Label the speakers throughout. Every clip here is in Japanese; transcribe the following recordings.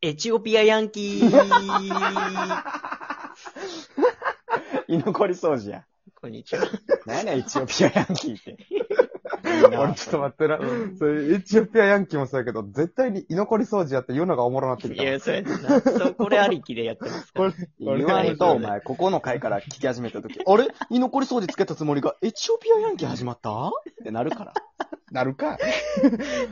Speaker 1: エチオピアヤンキー
Speaker 2: 居残り掃除や。
Speaker 1: こんにちは。
Speaker 2: 何やねん、エチオピアヤンキーって。
Speaker 3: 俺ちょっと待ってな。それ、エチオピアヤンキーもそうやけど、絶対に居残り掃除やって言うのがおもろなって き
Speaker 1: い
Speaker 3: た。
Speaker 1: や、そうやんな。そう、これありきでやってますから。
Speaker 2: 言わんと、お前、ここの回から聞き始めた時、 あれ居残り掃除つけたつもりが、エチオピアヤンキー始まったってなるから。
Speaker 3: なるか。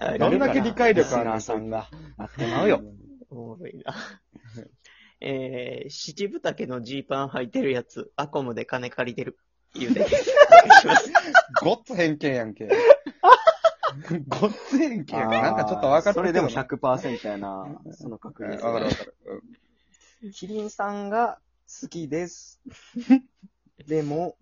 Speaker 1: あ
Speaker 3: どんだけ理解力ある
Speaker 2: リスナーさんが、なってまうよ。
Speaker 1: おもろいな。えー、七分丈のジーパン履いてるやつ、アコムで金借りてる。言うで。お願いします。
Speaker 4: ごっつ偏見やんけ。ごっつ偏見やんけ。なんかちょっと分かって
Speaker 2: それ
Speaker 4: る
Speaker 2: でも
Speaker 4: 100
Speaker 2: 100%やな。その確率。
Speaker 4: 分かる分かる。
Speaker 2: キリンさんが好き です。でも、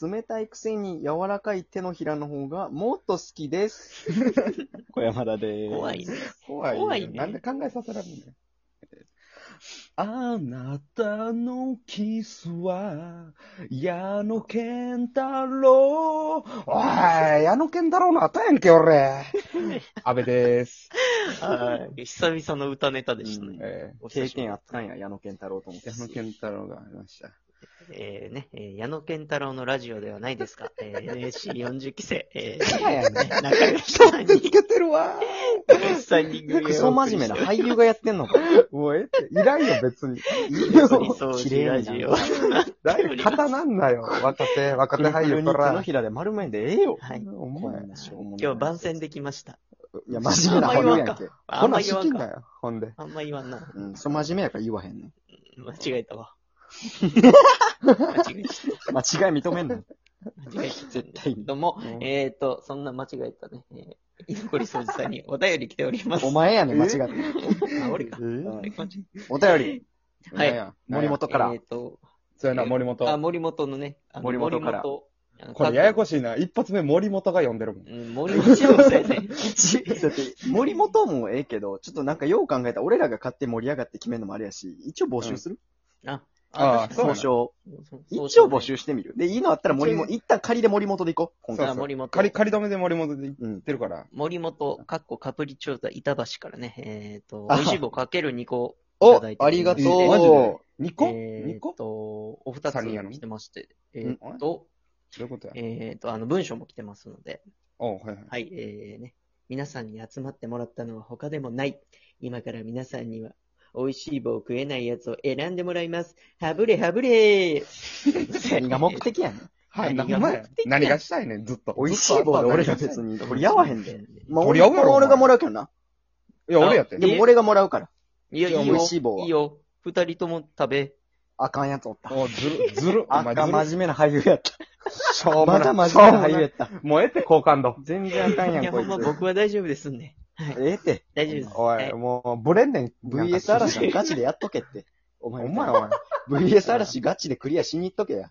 Speaker 2: 冷たいくせに柔らかい手のひらの方がもっと好きです。 小山田で
Speaker 1: 怖いね。
Speaker 4: 怖い。
Speaker 1: 怖いね
Speaker 4: なんで考えさせられるのあなたのキスは、矢野健太郎。おい、矢野健太郎の後やんけ、俺。安倍です。
Speaker 1: はい。 久々の歌ネタでしたね。
Speaker 4: え
Speaker 1: お久
Speaker 2: 経
Speaker 1: しぶり
Speaker 2: 験あったんや、矢野健太郎と思っ
Speaker 4: ー
Speaker 2: て
Speaker 4: 矢。野健太郎がありました。
Speaker 1: えーね、えー矢野健太郎のラジオではないですか。えー、NSC40 期生、えー、
Speaker 4: やね
Speaker 1: 中良しさんに、
Speaker 4: けてるわ
Speaker 1: 3人組
Speaker 2: クソ 真面目な俳優がやってんの か。
Speaker 3: もうええって、いらんよ、別に。
Speaker 1: そう、ラジオ。
Speaker 3: だいぶ肩なんだよ、若手、若手俳
Speaker 2: に
Speaker 3: 優
Speaker 2: 手
Speaker 3: か
Speaker 2: の
Speaker 3: ら。
Speaker 2: ひらで丸めんでええよ。
Speaker 1: はい。
Speaker 3: お
Speaker 2: こ
Speaker 3: 前
Speaker 2: ん。なしょうもない
Speaker 1: 今日番宣できました。
Speaker 2: いや、真面目な俳優やんけ。
Speaker 1: あ
Speaker 3: こ
Speaker 1: ん
Speaker 3: ん
Speaker 1: ま
Speaker 3: なん
Speaker 1: 言わ
Speaker 3: 好
Speaker 1: ん
Speaker 3: き
Speaker 1: か。
Speaker 3: だよ、ほんで。
Speaker 1: あんま言わんな。
Speaker 2: うん、そ真面目やから言わへんねん。
Speaker 1: 間違えたわ。間違えちゃっ
Speaker 2: 間違い認めん ねん。
Speaker 1: た。間違えちゃった。
Speaker 2: 絶対に
Speaker 1: どうも、
Speaker 3: うん
Speaker 1: えーと、そんな間違えたね。えー、居残り掃除さんにお便り来ており ます。
Speaker 2: お前やねん、間違って。
Speaker 1: あ、俺か。
Speaker 2: うん
Speaker 1: 俺か間違え
Speaker 2: お便り、
Speaker 1: はい
Speaker 2: 森。
Speaker 1: た
Speaker 2: 本から
Speaker 1: えー。と、
Speaker 4: そうやな、森
Speaker 1: あ、
Speaker 4: 本。
Speaker 1: 森本のね、あの
Speaker 2: 森本から
Speaker 1: 森本あの
Speaker 4: これややこしいな。一発目森本が読んでるもん。
Speaker 1: うん森本そうやね。
Speaker 2: ちだって、森本もええけど、ちょっとなんかよう考えたら、俺らが勝手に盛り上がって決めるのもあれやし、一応募集する、
Speaker 1: あ、
Speaker 4: あーそう
Speaker 2: 総
Speaker 4: やな
Speaker 2: 称。
Speaker 1: そうそう
Speaker 2: 一応募集してみる。で、いいのあったら森も、一旦仮で森本でいこう、今
Speaker 4: そう
Speaker 2: 回。
Speaker 1: あ、
Speaker 4: そう
Speaker 1: 森本。
Speaker 4: 仮、仮止めで森本で言っ
Speaker 2: うん。
Speaker 4: てるから。
Speaker 1: 森本、かっこカプリチョーザ、板橋からね、えっ、と、
Speaker 2: あ
Speaker 1: 美味しい棒かける2個、いただいて
Speaker 2: お、
Speaker 1: ます
Speaker 2: ありがとう。
Speaker 4: えマジで2個
Speaker 1: え
Speaker 4: ?2
Speaker 1: っ、と
Speaker 4: 個、
Speaker 1: お二つ
Speaker 4: 三人やろ
Speaker 1: 来てまして、え
Speaker 2: ん
Speaker 1: っ、と、
Speaker 4: どういうことや
Speaker 1: えっ、と、あの、文章も来てますので、
Speaker 4: おはいはい。
Speaker 1: はい、えー、ね、皆さんに集まってもらったのは他でもない。今から皆さんには、美味しい棒を食えないやつを選んでもらいます。はぶれはぶれ
Speaker 2: 何が目的やねん。
Speaker 4: はい、
Speaker 1: 何
Speaker 4: 何
Speaker 1: が
Speaker 4: が何がしたいねん、ずっと。
Speaker 2: 美味しい棒で俺ら別
Speaker 4: に。
Speaker 2: に、 これやわへんで。まあ、
Speaker 4: これ
Speaker 2: 俺
Speaker 4: やわやろ
Speaker 2: 俺がもらうけどな。
Speaker 4: いや、俺やって。
Speaker 2: でも俺がもらうから。
Speaker 1: いや、いい
Speaker 2: 美
Speaker 1: よ
Speaker 2: 味しい棒。はい
Speaker 1: いよ。二人とも食べ。
Speaker 2: あかんやつおった。
Speaker 4: おずる、ずる。
Speaker 2: あ
Speaker 4: お前
Speaker 2: かん真
Speaker 4: ず
Speaker 2: 面目な俳優やった。
Speaker 3: しょうも
Speaker 2: ま
Speaker 3: な
Speaker 2: だ
Speaker 3: い。
Speaker 2: 真面目な俳優やった。
Speaker 3: 優。もうええって、好感度。
Speaker 2: 全然あかんや
Speaker 1: い
Speaker 2: ん、
Speaker 1: や、
Speaker 2: こ
Speaker 1: ほ
Speaker 2: い
Speaker 1: んま
Speaker 2: つ。
Speaker 1: 僕は大丈夫ですんで。はい。
Speaker 2: ええって。
Speaker 1: 大丈夫です。
Speaker 3: お、
Speaker 1: はい
Speaker 3: もう、ブレんねん。
Speaker 2: VS 嵐 はガチでやっとけって。お前
Speaker 3: お
Speaker 2: み
Speaker 3: 前
Speaker 2: たい
Speaker 3: お
Speaker 2: な、
Speaker 3: 前。
Speaker 2: VS 嵐ガチでクリアしに行っとけや。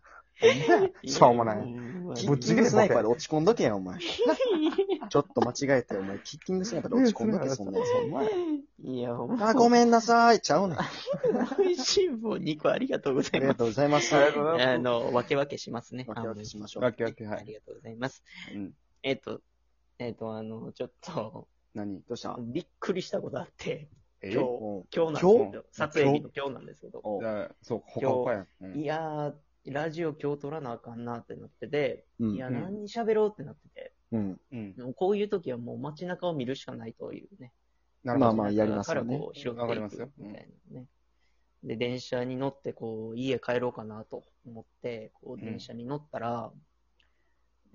Speaker 3: しょうもない
Speaker 1: ん
Speaker 2: キ
Speaker 3: ぶ
Speaker 2: ッ
Speaker 3: っ
Speaker 2: キ
Speaker 3: ち
Speaker 2: ン
Speaker 3: ぎ
Speaker 2: グ
Speaker 3: れ
Speaker 2: スナイパーで落ち込んどけや、お前。 ちょっと間違えて、お前、キッキングスナイパーで落ち込んどけ、そんなやつ。お前。
Speaker 1: いや、お前、
Speaker 2: あ、ごめんなさい。ちゃうねん。あ
Speaker 1: 美味しい棒2個ありがとうござい
Speaker 2: り
Speaker 1: ま
Speaker 2: が
Speaker 1: す。
Speaker 2: とうございます。
Speaker 3: ありがとうございます
Speaker 1: あの、分け分けしますね。
Speaker 2: 分け分けしましょ
Speaker 4: わ
Speaker 2: う。
Speaker 4: けわけ、は
Speaker 1: あ
Speaker 4: い。
Speaker 1: りがとうございます。
Speaker 4: うん
Speaker 1: えっと、えっと、あの、ちょっと、
Speaker 4: 何
Speaker 2: どうした
Speaker 1: びっくりしたことあって、
Speaker 4: え
Speaker 1: 今日、
Speaker 2: おう
Speaker 1: 今日なんですけど、撮影日の今日なんですけど、
Speaker 2: お
Speaker 4: いうやそう、ほかほかやん。うん
Speaker 1: いやー、ラジオ今日撮らなあかんなってなってて、
Speaker 2: うん
Speaker 1: いや、
Speaker 4: うん
Speaker 1: 何喋ろうってなってて、
Speaker 2: うん。
Speaker 4: うん。
Speaker 1: もうこういう時はもう街中を見るしかないというね。
Speaker 4: なるほ
Speaker 2: まあ
Speaker 4: ど。
Speaker 2: まあやりますよ
Speaker 1: か
Speaker 2: ね
Speaker 1: らこう拾っていく
Speaker 4: わかりますよ
Speaker 1: みたいなね。で、電車に乗って、こう、家帰ろうかなと思って、こう、電車に乗ったら、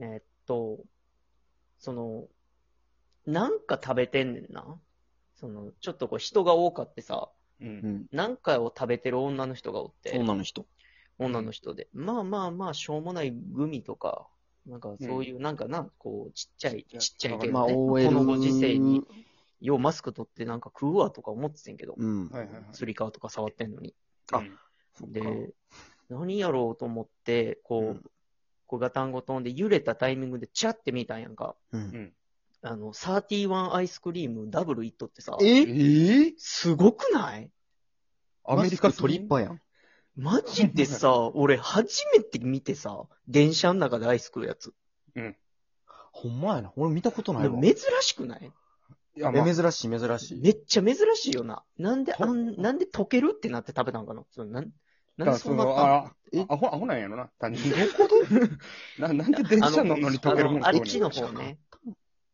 Speaker 1: えーっと、その、なんか食べてんねんな。その、ちょっとこう、人が多かってさ、
Speaker 4: う。
Speaker 2: うんん。
Speaker 1: なんかを食べてる女の人がおって、
Speaker 2: 女の人。
Speaker 1: 女の人で。まあまあまあ、しょうもないグミとか、なんかそういう、なんかな、こう、ちっちゃい、ちっちゃいけど、ね、
Speaker 2: まあ、
Speaker 1: こ
Speaker 2: OL。
Speaker 1: のご時世に。ようマスク取ってなんか食うわとか思っててんけど、
Speaker 2: うん。
Speaker 4: はいはいはい。
Speaker 1: スリカとか触ってんのに。
Speaker 2: あ
Speaker 4: うん
Speaker 1: で、何やろうと思って、こう、
Speaker 2: うん
Speaker 1: こうガタンゴトンで揺れたタイミングでチャって見たんやんか。
Speaker 2: うん。
Speaker 1: あの、31アイスクリームダブルイットってさ、
Speaker 4: え
Speaker 2: え
Speaker 4: ぇ
Speaker 1: すごくない
Speaker 4: アメリカ
Speaker 2: マスクトリッパやん。
Speaker 1: マジでさ、俺初めて見てさ、電車の中でアイス食うやつ。
Speaker 2: ほんまやな。俺見たことないわ。
Speaker 1: 珍しくない
Speaker 4: いや、
Speaker 3: え、
Speaker 4: まあ、
Speaker 3: 珍しい、珍しい。
Speaker 1: めっちゃ珍しいよな。なんで、あんなんで溶けるってなって食べたんかなそのなんなん
Speaker 4: だ
Speaker 1: で
Speaker 4: そ
Speaker 1: そうなっ
Speaker 4: の、
Speaker 1: たの
Speaker 4: あ、アホ、アホなんやろな、単純に。ななんで電車乗るのに溶けるもん
Speaker 1: あれっちの方ね。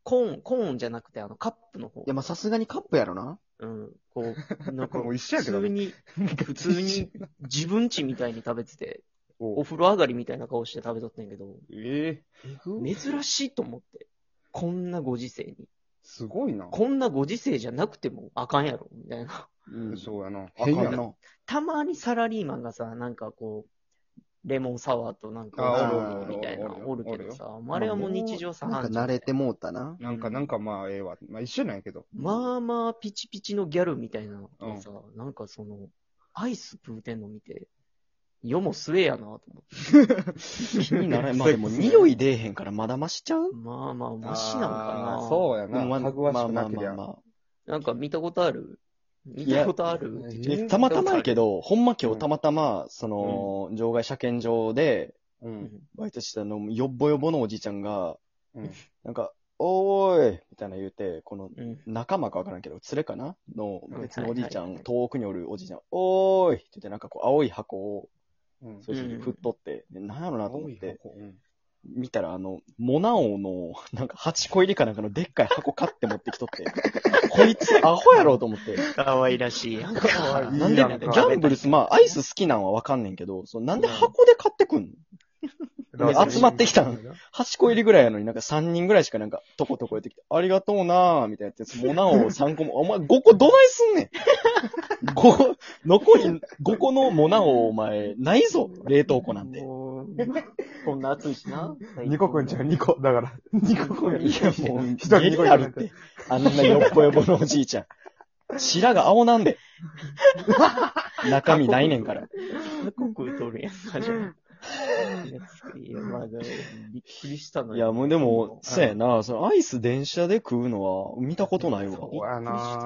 Speaker 1: コーン、コーンじゃなくて、あの、カップの方
Speaker 2: いや、。まあ、さすがにカップやろな。
Speaker 1: うん。こう、なんか、
Speaker 4: もう一緒
Speaker 1: 普
Speaker 4: やけど
Speaker 1: 通
Speaker 4: ね
Speaker 1: に、
Speaker 4: 普
Speaker 1: 普通に。自分家みたいに食べてて、お
Speaker 4: お
Speaker 1: 風呂上がりみたいな顔して食べとったんやけど、
Speaker 4: ええ
Speaker 1: 珍しいと思って。こんなご時世に。
Speaker 4: すごいな。
Speaker 1: こんなご時世じゃなくてもあかんやろ、みたいな。
Speaker 2: うん
Speaker 4: そうやな。
Speaker 2: 変や
Speaker 4: あかんな。
Speaker 2: な。
Speaker 1: たまにサラリーマンがさ、なんかこう、レモンサワーとなんか
Speaker 4: あ
Speaker 1: お
Speaker 2: おるおるおる
Speaker 1: みたいな、
Speaker 4: おるよ
Speaker 1: おるけどさ、あれはもう日常茶
Speaker 2: なん
Speaker 1: 飯
Speaker 2: か
Speaker 1: 事
Speaker 2: 慣れてもうたな。
Speaker 4: なんか、なんかまあ、ええわ。まあ、一緒なんやけど。
Speaker 1: まあまあピチピチのギャルみたいなのがさ、なんかその、アイス食うてんの見て、世も末やなと思って。
Speaker 2: 気 にならない。まあでも、匂い出えへんからまだましちゃう
Speaker 1: まあまあ、マシなのか
Speaker 4: あー
Speaker 1: な
Speaker 4: そうや
Speaker 2: でもま
Speaker 4: な。
Speaker 2: あ
Speaker 4: かぐわしくな
Speaker 2: まあ
Speaker 4: けり
Speaker 2: まあ
Speaker 4: ゃ。
Speaker 2: まあまあ
Speaker 1: なんか見たことある見
Speaker 2: いや
Speaker 1: たことある
Speaker 4: え
Speaker 2: いやたまたまやけど、ほんま今日たまたま、その、場外車検場で、
Speaker 4: う。
Speaker 1: うんん
Speaker 2: バイトしてたの、よっぼよぼのおじちゃんが、
Speaker 4: うん
Speaker 2: なんか、おーいみたいな言うて、この、
Speaker 1: うん
Speaker 2: 仲間かわからんけど、連れかなの
Speaker 4: うん
Speaker 2: 別のおじいちゃ
Speaker 1: はいはい
Speaker 2: ん、
Speaker 1: はい
Speaker 2: 遠くにおるおじいちゃん、おーいって言って、なんかこう、青い箱を、
Speaker 4: うん。
Speaker 2: そういうふうに振っとって、でなんやろなと思って、
Speaker 4: 多いな。
Speaker 2: 見たら、あの、モナオの、 なんか8個入りかなんかのでっかい箱買って持ってきとって、 こいつアホやろと思って。
Speaker 1: かわいらしいやんか。
Speaker 4: いい
Speaker 2: なんで、
Speaker 4: や
Speaker 2: ギ
Speaker 4: んか
Speaker 2: ャンブルス、まあ、アイス好きなんはわかんねんけど、そのなんで箱で買ってくんの
Speaker 4: だから
Speaker 2: 集まってきた
Speaker 3: うん
Speaker 2: ?8 個入りぐらいやのになんか3人ぐらいしかなんか、とことこやってきて、ありがとうなーみたいなやつ、モナオ3個も、お前5個どないすん ねん !5、残り5個のモナオお前、ないぞ冷凍庫なんて。
Speaker 1: もうこんな暑いしな。
Speaker 3: ニコくんじゃん、ニコ。だから、ニコくんや
Speaker 2: いや、もう、
Speaker 3: 一人
Speaker 2: 家
Speaker 3: ニコ
Speaker 2: に
Speaker 3: く
Speaker 2: あ
Speaker 3: ん
Speaker 2: る
Speaker 3: や
Speaker 2: っ
Speaker 3: って
Speaker 2: て。あんなよっぽよぼのおじいちゃん。白が青なんで。中身ないねんから。
Speaker 1: 箱食うとるやんか、じゃあ。いや、まあ、でもびっくりしたの
Speaker 2: いや、もうでも、
Speaker 1: びっ
Speaker 2: そうやな、そのアイス電車で食うのは見たことない
Speaker 1: く
Speaker 2: わ。
Speaker 1: りした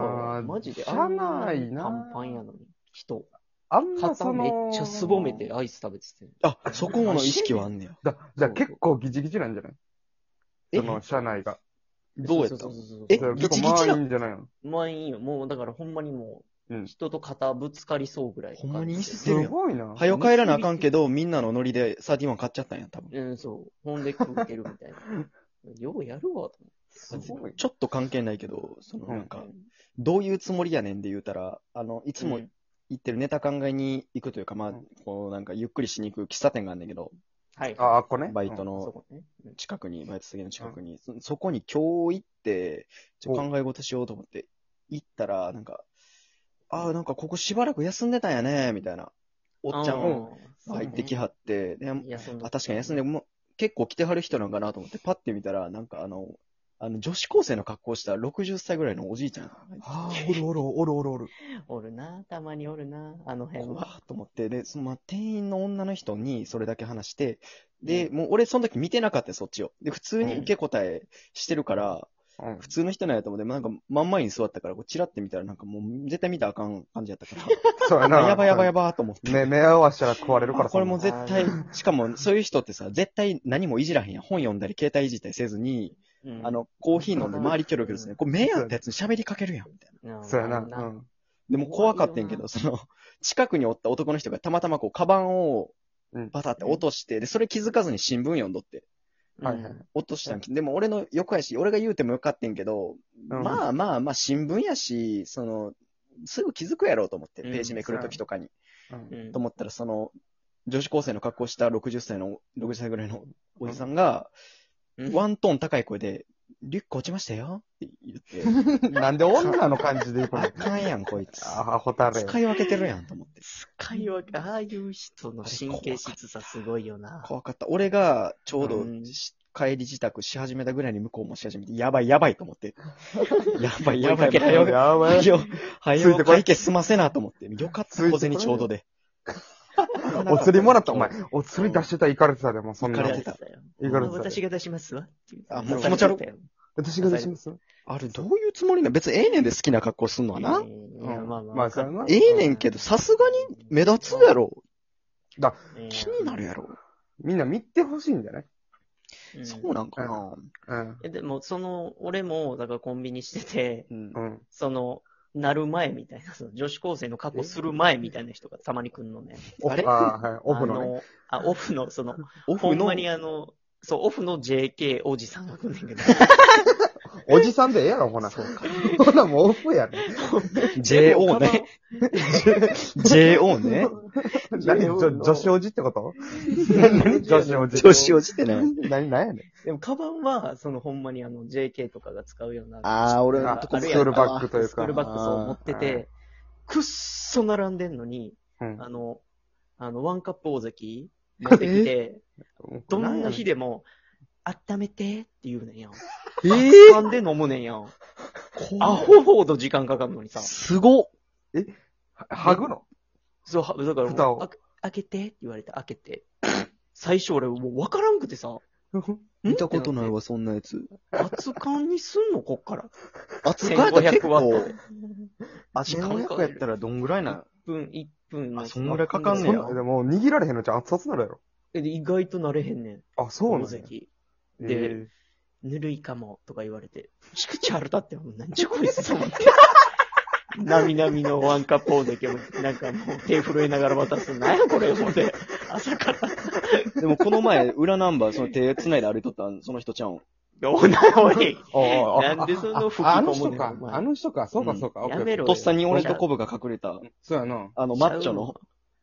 Speaker 1: わマジで。
Speaker 4: 車内な
Speaker 1: あんパンパンやのに。人。
Speaker 3: あんま
Speaker 1: 肩
Speaker 3: その。
Speaker 1: めっちゃすぼめてアイス食べてて。
Speaker 2: あ、そこの意識はあんねや。
Speaker 3: だ、じゃあ結構ギチギチなんじゃないその、車内が。
Speaker 2: どうやった
Speaker 1: そうそうそうそう
Speaker 2: え
Speaker 3: そう
Speaker 2: ギ
Speaker 3: 結
Speaker 2: チギチ
Speaker 3: 構
Speaker 2: な
Speaker 3: まあいいんじゃないの
Speaker 1: 満員よ。もう、だからほんまにも
Speaker 3: う
Speaker 1: う、
Speaker 3: ん
Speaker 1: 人と肩ぶつかりそうぐらい。
Speaker 2: ほんまにいいっす
Speaker 3: す
Speaker 2: ね
Speaker 3: ごいな。
Speaker 2: はよ帰らなあかんけど、みんなのノリでサーティワン買っちゃったんや、多分。
Speaker 1: うん、そう。ほんで食うてるみたいな。 ようやるわ、と
Speaker 3: すごい。
Speaker 2: ちょっと関係ないけど、その
Speaker 4: うん
Speaker 2: なんか
Speaker 1: 思っ、て。
Speaker 2: どういうつもりやねんで言うたら、あの、いつも
Speaker 1: うん
Speaker 2: 行ってるネタ考えに行くというか、まあ
Speaker 4: うん、
Speaker 2: こうなんかゆっくりしに行く喫茶店があんねんけど、
Speaker 1: はい。
Speaker 3: あ、あっこね。
Speaker 2: バイト
Speaker 3: の。
Speaker 1: そ
Speaker 2: の
Speaker 1: こね。うん
Speaker 2: 近くに、バイト先の近くに、そそこに今日行って、ちょっと
Speaker 3: お
Speaker 2: 考え事しようと思って、行ったら、なんか、ああ、なんかここしばらく休んでたんやね、みたいな、おっちゃん
Speaker 1: う
Speaker 2: が入ってきはって、で、
Speaker 1: いや、そんな
Speaker 2: あ、確かに休んで、もう結構来てはる人なんかなと思って、パッて見たら、なんかあの、あの、女子高生の格好した60歳ぐらいのおじいちゃんが入ってて。
Speaker 3: ああ、おるおるおるおるおる。
Speaker 1: おるな、たまにおるな、あの辺
Speaker 2: 怖
Speaker 1: は。
Speaker 2: っと思って、で、その、まあ、店員の女の人にそれだけ話して、で、もう俺その時見てなかったよ、そっちを。で、普通に受け答えしてるから、
Speaker 3: うん
Speaker 2: 普。通の人なんやと思って、まあなんか真ん前に座ったから、こう、チラって見たらなんかもう絶対見たらあかん感じやった か
Speaker 3: そう
Speaker 2: ら、
Speaker 3: やな。
Speaker 2: あやばいやばいやばーと思って。
Speaker 3: ね、目合わせたら食われるか
Speaker 2: あ
Speaker 3: ら
Speaker 2: これもう絶対
Speaker 1: あ、
Speaker 2: しかもそういう人ってさ、絶対何もいじらへんやん。本読んだり、携帯いじったりせずに、
Speaker 1: うん
Speaker 2: あ、の、コーヒー飲んで周り協力 ですね。こう、目合ったやつに喋りかけるやん、みたいな。
Speaker 1: な
Speaker 3: そうやな。う
Speaker 1: あの
Speaker 3: ん。
Speaker 2: でも怖かってんけど、その、近くにおった男の人がたまたまこう、カバンを
Speaker 3: うん、
Speaker 2: バタって落として、で、それ気づかずに新聞読んどって、
Speaker 1: な
Speaker 3: はいはい
Speaker 2: 落としたんでも俺の横やし、俺が言うてもよかってんけど、
Speaker 3: うん
Speaker 2: まあまあまあ、新聞やし、その、すぐ気づくやろうと思って、
Speaker 1: うん
Speaker 2: ページめくるときとかに。
Speaker 3: うん
Speaker 1: うん
Speaker 2: と思ったら、その、女子高生の格好した60歳の、60歳ぐらいのおじさんが、
Speaker 1: うん
Speaker 2: ワントーン高い声で、リュック落ちましたよって言って、
Speaker 3: なんで女の 感じで言うこ
Speaker 2: あ
Speaker 3: と
Speaker 2: かんやん、こいつ。
Speaker 3: あ、ホタル。
Speaker 2: 使い分けてるやんと思って。
Speaker 1: 使い分け、ああいう人の神経質さすごいよな。
Speaker 2: 怖かった。俺がちょうど
Speaker 1: うん
Speaker 2: し帰り自宅し始めたぐらいに向こうもし始めて、やばいやばいと思 って。やばいやば
Speaker 1: 追
Speaker 2: い。
Speaker 1: いかけら
Speaker 2: は
Speaker 1: れる
Speaker 2: よ、
Speaker 3: やば。
Speaker 2: はいよ、は
Speaker 3: つい
Speaker 2: よ、
Speaker 3: てこい
Speaker 2: 会計済ませなと思って。よかっ
Speaker 3: ついてこ
Speaker 2: た、
Speaker 3: い
Speaker 2: 小銭ちょうどで。
Speaker 3: お釣りもらった、お前。。お釣り出してたら行かれてたで、もうそんな
Speaker 2: 行
Speaker 3: の
Speaker 2: かれて。た
Speaker 1: よ。
Speaker 3: 行かれてた
Speaker 1: 私
Speaker 3: で。
Speaker 1: が出しますわ。って言って
Speaker 2: あもう気持ち悪い。
Speaker 3: 私が出しますよ。
Speaker 2: あれ、どういうつもりなん別にええねんで好きな格好すんのはな。
Speaker 1: いやまあまあ。
Speaker 3: まあ、それはな
Speaker 2: ええねんけど、さすがに目立つやろ。
Speaker 1: うん
Speaker 2: 気になるやろ。
Speaker 3: みんな見てほしいんじゃない
Speaker 1: うん
Speaker 2: そうなんかな
Speaker 3: うん。
Speaker 1: えでも、その、俺も、だからコンビニしてて、
Speaker 2: うん
Speaker 3: う。ん。
Speaker 1: その、なる前みたいな、その女子高生の格好する前みたいな人がたまに来るのね。
Speaker 2: あれ
Speaker 3: あーはい。オフのね。
Speaker 1: あのあ、オフの、その、
Speaker 2: オ
Speaker 1: ほ
Speaker 2: フ
Speaker 1: ん
Speaker 2: の
Speaker 1: ま、にあの、そう、オフの JK おじさんが来んねんけど、
Speaker 3: おじさんでええやろ、ほな。ほな、もうオフやろ。
Speaker 2: JO ね。JO ね。
Speaker 3: 何じょ女子おじってこと
Speaker 5: 何
Speaker 3: 女子おじ。
Speaker 2: 調子落ちてない。
Speaker 3: 何、何やねん。
Speaker 1: でも、カバンは、その、ほんまにあの、JK とかが使うような、
Speaker 2: あー、俺の
Speaker 3: あ
Speaker 2: とこ
Speaker 1: あ
Speaker 3: ス
Speaker 1: るや
Speaker 3: ク
Speaker 1: ん
Speaker 3: ールバッグという
Speaker 1: スクール
Speaker 3: か。
Speaker 1: バッグそう持って
Speaker 3: あー
Speaker 1: て、くっそ並んでんのに、
Speaker 3: うん
Speaker 1: あの、あの、ワンカップ大関持ってきて、どんな日でも、温めてって言うねんやん。
Speaker 2: え
Speaker 1: パンで飲むねんやん。
Speaker 2: ー
Speaker 1: アホほど時間かかるのにさ。
Speaker 2: すごっ。
Speaker 3: はぐの
Speaker 1: そうは、だからもう
Speaker 3: 蓋を
Speaker 1: あ開けてって言われて、開けて。最初俺もう分からんくてさ。
Speaker 2: 見たことないわ、そんなやつ。
Speaker 1: 熱燗にすんのこっから。
Speaker 2: 熱かったら結
Speaker 1: 1500ワット
Speaker 2: 構
Speaker 1: で。。
Speaker 5: 足軽役やったらどんぐらいな
Speaker 1: 1分、1分の。
Speaker 5: あそんぐらいかかん
Speaker 3: そ
Speaker 5: ね
Speaker 3: ん
Speaker 5: や
Speaker 3: な、でも握られへんのちゃ熱々なるやろ。
Speaker 1: えで意外となれへんねん。
Speaker 3: あ、そうなん
Speaker 1: 大
Speaker 3: や。
Speaker 1: 関
Speaker 3: え
Speaker 1: で
Speaker 3: ー
Speaker 1: ぬるいかも、とか言われて。ちくちゃるたって、もう何ちゃこいつと思って。なみなみのワンカップ大関を、なんかもう手震えながら渡す。なんやこれ、思って。朝から。
Speaker 2: でもこの前、裏ナンバー、その手繋いで歩いとったんその人ちゃうん。
Speaker 1: おいおい。
Speaker 3: おうおうおう
Speaker 1: なんでその吹き
Speaker 3: あ
Speaker 1: 込
Speaker 3: あの
Speaker 1: む
Speaker 3: 人
Speaker 1: ねん
Speaker 3: か
Speaker 1: お。前
Speaker 3: あの人か。そう
Speaker 2: う
Speaker 3: か、
Speaker 2: ん
Speaker 3: そうか。オッケー
Speaker 1: やめろ
Speaker 3: オッケー
Speaker 2: とっさに俺とコブが隠れた、
Speaker 3: そうやな。
Speaker 2: あの、マッチョの、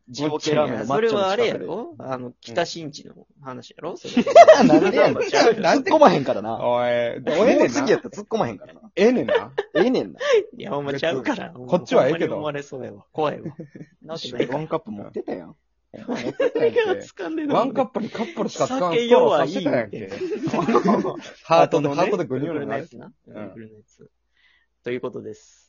Speaker 2: ジオケラーメンの
Speaker 1: そ
Speaker 2: マッ
Speaker 1: れ
Speaker 2: チョの
Speaker 1: はあ
Speaker 2: 近く
Speaker 1: れ
Speaker 2: で。
Speaker 1: やろあの、北新地の話やろそれ
Speaker 2: なんでやねん
Speaker 1: ちゃうよ
Speaker 2: 突っ込まへんからな。
Speaker 3: おい、え
Speaker 2: もう
Speaker 3: えねん
Speaker 2: 次
Speaker 3: な
Speaker 2: や。ったら突っ込まへんからな。
Speaker 3: ええねんな。
Speaker 2: ええねんな。
Speaker 1: いや、ほんまちゃうから。
Speaker 3: こっちはええ
Speaker 1: ほ
Speaker 3: けど
Speaker 1: んまに思われそうやわ。怖いわ。 なってないか
Speaker 2: ワ
Speaker 1: ら
Speaker 2: ン。カップ持ってたやん。
Speaker 1: 掴んで
Speaker 3: ワンカッ
Speaker 1: プ
Speaker 3: プにカップルしか使わん
Speaker 1: 酒
Speaker 3: ス
Speaker 1: 用
Speaker 3: トロー
Speaker 1: は
Speaker 3: さ
Speaker 1: いい
Speaker 3: せてたやんけ。
Speaker 2: ハートの、
Speaker 3: ハートで
Speaker 1: グ
Speaker 3: グニ
Speaker 1: ル
Speaker 3: ョ
Speaker 1: グル
Speaker 3: グニ
Speaker 1: の
Speaker 3: ョ
Speaker 1: や
Speaker 3: ね。
Speaker 1: つな。グ
Speaker 3: うん
Speaker 1: ルグルのやつ。ということです。